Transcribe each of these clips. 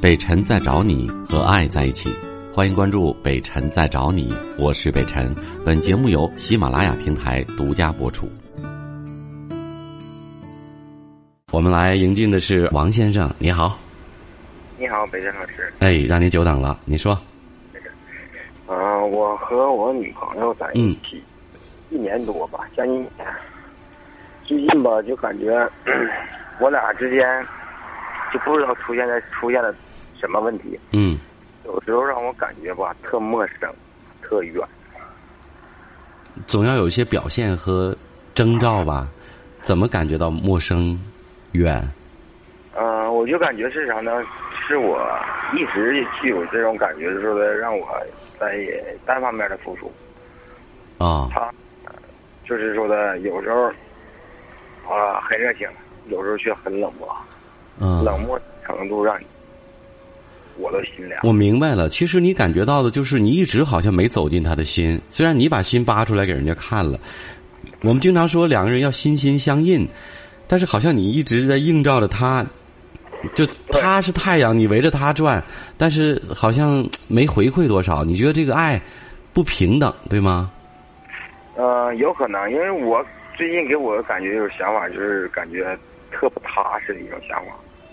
北辰在找你和爱在一起，欢迎关注北辰在找你，我是北辰。本节目由喜马拉雅平台独家播出。我们来迎进的是王先生，你好，你好，北辰老师。哎，让您久等了，你说，啊、我和我女朋友在一起、一年多吧，将近一年。最近吧，就感觉 咳我俩之间就不知道出现在出现了什么问题，嗯有时候让我感觉吧，特陌生，特远。总要有一些表现和征兆吧？怎么感觉到陌生、远？嗯、我就感觉是啥呢？是我一直具有这种感觉，就是说的让我在单方面的付出。啊、他就是说的有时候啊很热情，有时候却很冷漠，嗯，冷漠程度让你我都心凉。我明白了，其实你感觉到的就是你一直好像没走进他的心，虽然你把心扒出来给人家看了。我们经常说两个人要心心相印，但是好像你一直在映照着他，就他是太阳，你围着他转，但是好像没回馈多少。你觉得这个爱不平等，对吗？嗯、有可能，因为我最近给我的感觉有想法，就是感觉特不踏实的一种想法。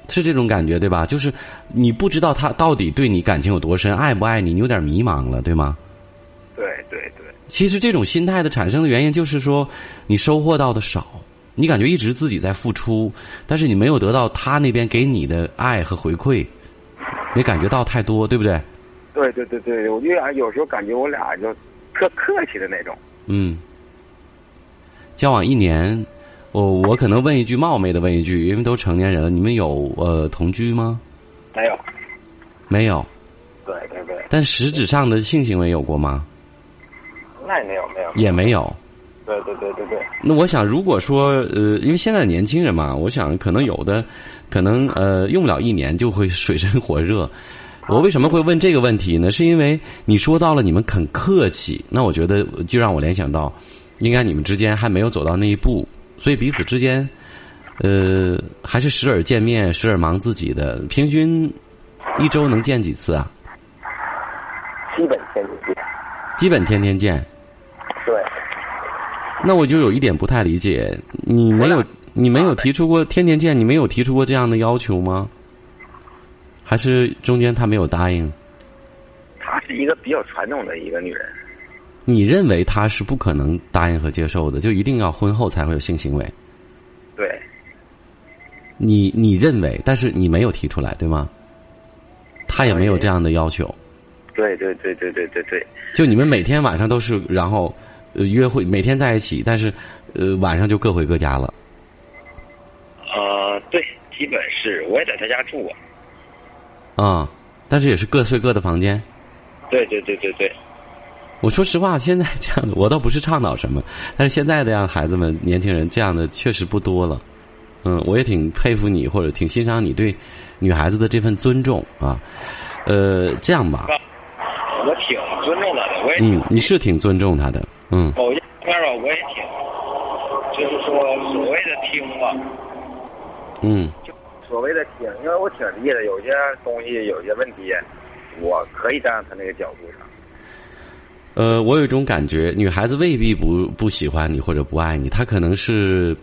是这种感觉对吧？就是你不知道他到底对你感情有多深，爱不爱你，你有点迷茫了，对吗？对对对，其实这种心态的产生的原因就是说，你收获到的少，你感觉一直自己在付出，但是你没有得到他那边给你的爱和回馈，没感觉到太多，对不对？对对对对，我就俩有时候感觉我俩就特客气的那种。嗯，交往一年，我我可能问一句冒昧的问一句，因为都成年人了，你们有呃同居吗？没有，没有，对对对，但实质上的性行为有过吗？那也没有没有。也没有。对对对对对，那我想，如果说呃，因为现在年轻人嘛，我想可能有的，可能呃，用不了一年就会 水深火热。我为什么会问这个问题呢？是因为你说到了你们很客气，那我觉得就让我联想到，应该你们之间还没有走到那一步，所以彼此之间，呃，还是时而见面，时而忙自己的。平均一周能见几次啊？基本天天见。基本天天见。对。那我就有一点不太理解，你没有你没有提出过天天见，你没有提出过这样的要求吗？还是中间他没有答应？她是一个比较传统的一个女人，你认为他是不可能答应和接受的，就一定要婚后才会有性行为？对，你你认为，但是你没有提出来，对吗？他也没有这样的要求，对对对对对对对，就你们每天晚上都是，然后、呃、约会，每天在一起，但是呃晚上就各回各家了。呃，对，基本是，我也在她家住过，啊、但是也是各睡各的房间。对对对对对，我说实话，现在这样的我倒不是倡导什么，但是现在的让孩子们、年轻人这样的确实不多了。嗯，我也挺佩服你，或者挺欣赏你对女孩子的这份尊重啊。呃，这样吧，我挺尊重她的，我也挺，嗯，你是挺尊重她的，嗯，某些方面吧，我也挺，就是说所谓的听吧，嗯，所谓的听，因为我挺理解的，有些东西有些问题，我可以站在她那个角度上，呃，我有一种感觉，女孩子未必不不喜欢你或者不爱你，她可能是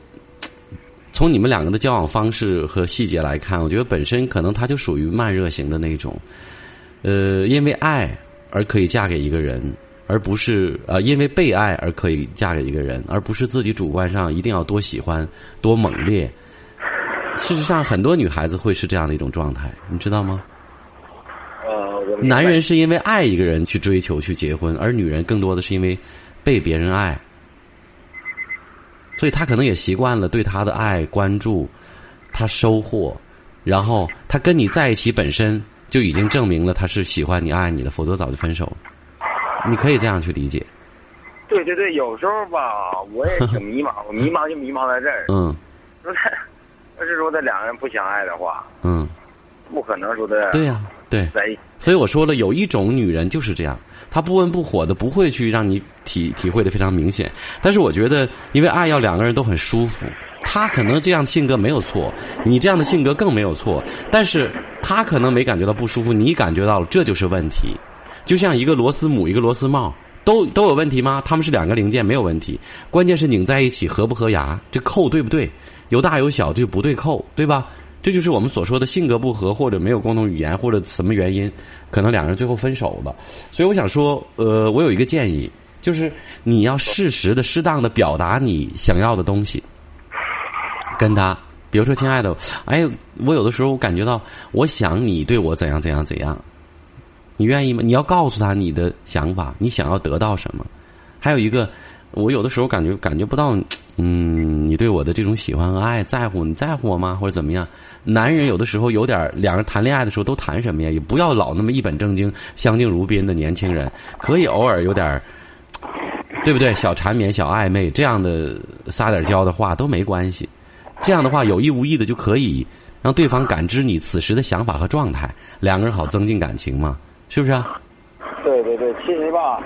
从你们两个的交往方式和细节来看，我觉得本身可能她就属于慢热型的那种，呃，因为爱而可以嫁给一个人，而不是呃因为被爱而可以嫁给一个人，而不是自己主观上一定要多喜欢多猛烈。事实上，很多女孩子会是这样的一种状态，你知道吗？呃，我明白男人是因为爱一个人去追求、去结婚，而女人更多的是因为被别人爱，所以她可能也习惯了对他的爱、关注，他收获，然后他跟你在一起本身就已经证明了他是喜欢你、爱你的，否则早就分手了。你可以这样去理解，对对对，有时候吧，我也挺迷茫，我迷茫就迷茫在这儿。嗯 说的，要是说这两个人不相爱的话，嗯，不可能说的对呀、对。在一起。所以我说了，有一种女人就是这样，她不温不火的，不会去让你体体会的非常明显。但是我觉得，因为爱要两个人都很舒服，他可能这样性格没有错，你这样的性格更没有错，但是他可能没感觉到不舒服，你感觉到了，这就是问题。就像一个螺丝母，一个螺丝帽，都都有问题吗？他们是两个零件，没有问题，关键是拧在一起合不合牙，这扣对不对？有大有小，这就不对扣，对吧？这就是我们所说的性格不合，或者没有共同语言，或者什么原因，可能两个人最后分手了。所以我想说，呃，我有一个建议，就是你要适时的、适当的表达你想要的东西，跟他，比如说，亲爱的，哎，我有的时候感觉到，我想你对我怎样怎样怎样，你愿意吗？你要告诉他你的想法，你想要得到什么。还有一个，我有的时候感觉感觉不到。嗯，你对我的这种喜欢和爱在乎，你在乎我吗？或者怎么样？男人有的时候有点，两人谈恋爱的时候都谈什么呀？也不要老那么一本正经、相敬如宾的年轻人，可以偶尔有点，对不对？小缠绵、小暧昧这样的撒点娇的话都没关系。这样的话有意无意的就可以让对方感知你此时的想法和状态，两个人好增进感情嘛，是不是、啊？对对对，其实吧，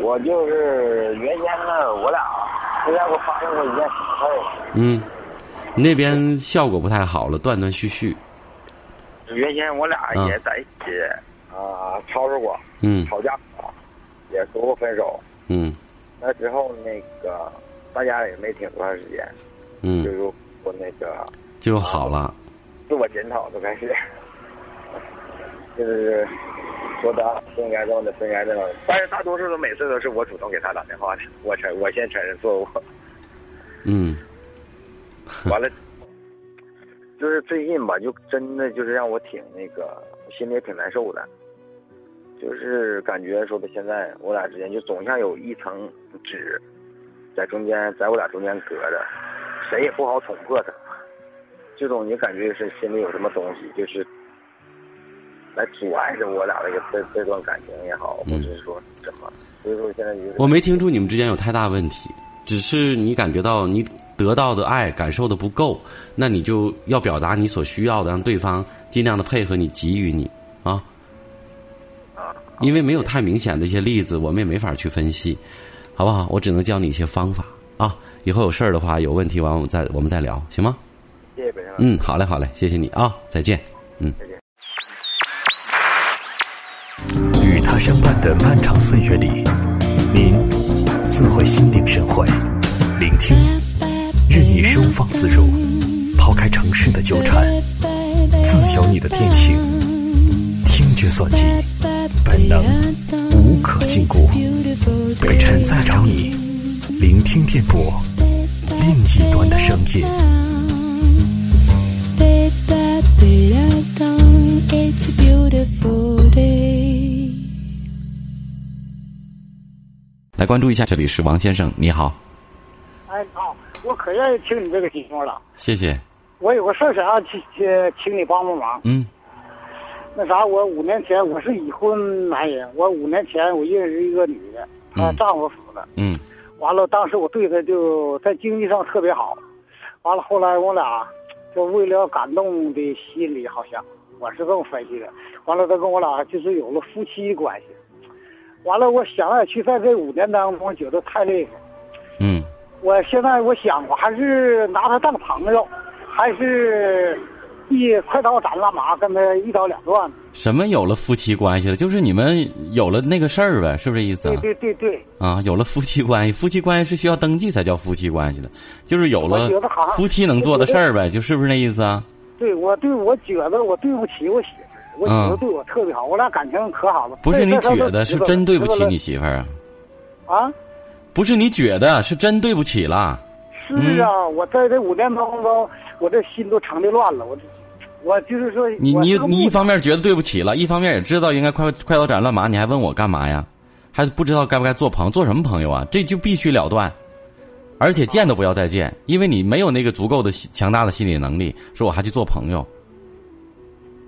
我就是原先呢，我俩。之前我发生过一件事儿。嗯，那边效果不太好了，断断续续。原先我俩也在一起啊，吵吵过，嗯，吵架过，也说过分手。嗯。那之后那个大家也没挺多长时间，嗯，就是我那个就好了，自我检讨都开始，就是说他不应该这么的，不应该这么的。但是大多数都每次都是我主动给他打电话的，我承我先承认错误。嗯，完了，就是最近吧，就真的就是让我挺那个，心里也挺难受的，就是感觉说的现在我俩之间就总像有一层纸在中间，在我俩中间隔着，谁也不好捅破它。这种你感觉是心里有什么东西，就是。来阻碍着我俩这个这这段感情也好，或者是说什么，所以说现在就是我没听出你们之间有太大问题，只是你感觉到你得到的爱感受的不够，那你就要表达你所需要的，让对方尽量的配合你，给予你啊。啊，因为没有太明显的一些例子，我们也没法去分析，好不好？我只能教你一些方法啊。以后有事儿的话，有问题完我们再我们再聊，行吗？谢谢北京。嗯，好嘞，好嘞，谢谢你啊，再见。嗯，再见。与他相伴的漫长岁月里，您自会心领神会，聆听，任你收放自如，抛开城市的纠缠，自由你的天性，听觉所及，本能无可禁锢。北辰在找你，聆听电波另一端的声音。It's a beautiful day。来关注一下，这里是王先生，你好。哎，你好，我可愿意听你这个节目了。谢谢。我有个事儿想让请请你帮帮忙。嗯。那啥，我五年前我是已婚男人，我五年前我认识一个女的，她丈夫死了。嗯。完了，当时我对她就在经济上特别好，完了后来我俩就为了感动的心理，好像。我是这么分析的，完了，他跟我俩就是有了夫妻关系，完了，我想来去，在这五年当中，我觉得太累了。嗯，我现在我想，我还是拿他当朋友，还是一快刀斩乱麻，跟他一刀两断。什么有了夫妻关系了？就是你们有了那个事儿呗，是不是这意思、啊？对对对对。啊，有了夫妻关系，夫妻关系是需要登记才叫夫妻关系的，就是有了夫妻能做的事儿呗，就是不是那意思啊？对，我对我觉得我对不起我媳妇儿，我媳妇对我特别好，我俩感情可好了。啊不是你觉得，是真对不起你媳妇儿啊？啊？不是你觉得，是真对不起了。嗯是啊，我在这五年当中，我这心都成的乱了，我我就是说。你你你一方面觉得对不起了，一方面也知道应该快快刀斩乱麻，你还问我干嘛呀？还不知道该不该做朋友，做什么朋友啊？这就必须了断。而且见都不要再见，因为你没有那个足够的强大的心理能力，说我还去做朋友。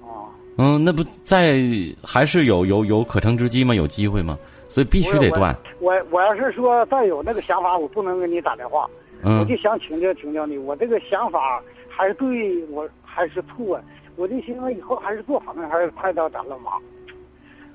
哦，嗯，那不在还是有有有可乘之机吗？有机会吗？所以必须得断。我我要是说再有那个想法，我不能跟你打电话。嗯，我就想请教请教你，我这个想法还是对我还是错，我就寻思以后还是做朋友还是快刀斩乱麻。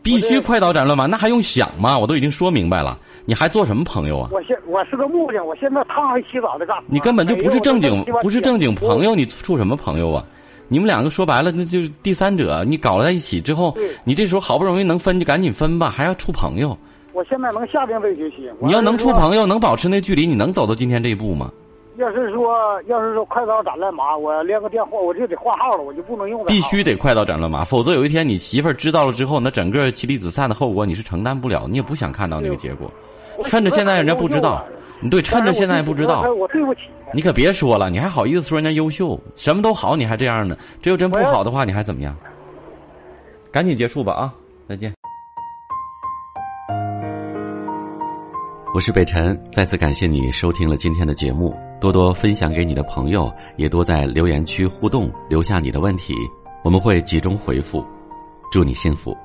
必须快刀斩乱麻，那还用想吗？我都已经说明白了，你还做什么朋友啊？我现我是个木匠，我现在烫还洗澡的干活。你根本就不是正经哎呦，不是正经朋。友，你处什么朋友啊？你们两个说白了，那就是第三者。你搞在一起之后对，你这时候好不容易能分，就赶紧分吧，还要处朋友。我我现在能下定这决心。你要能处朋友，友，能保持那距离，你能走到今天这一步吗？要是说要是说快刀斩乱麻，我连个电话我就得换号了，我就不能用了。啊必须得快刀斩乱麻，否则有一天你媳妇儿知道了之后，那整个妻离子散的后果你是承担不了，你也不想看到那个结果。我媳妇儿趁着现在人家不知道很优秀啊，你对，趁着现在不知道但是，我对不起她。你可别说了，你还好意思说人家优秀，什么都好，你还这样呢？这要真不好的话，你还怎么样？赶紧结束吧啊！再见。我是北辰，再次感谢你收听了今天的节目，多多分享给你的朋友，也多在留言区互动，留下你的问题，我们会集中回复。祝你幸福。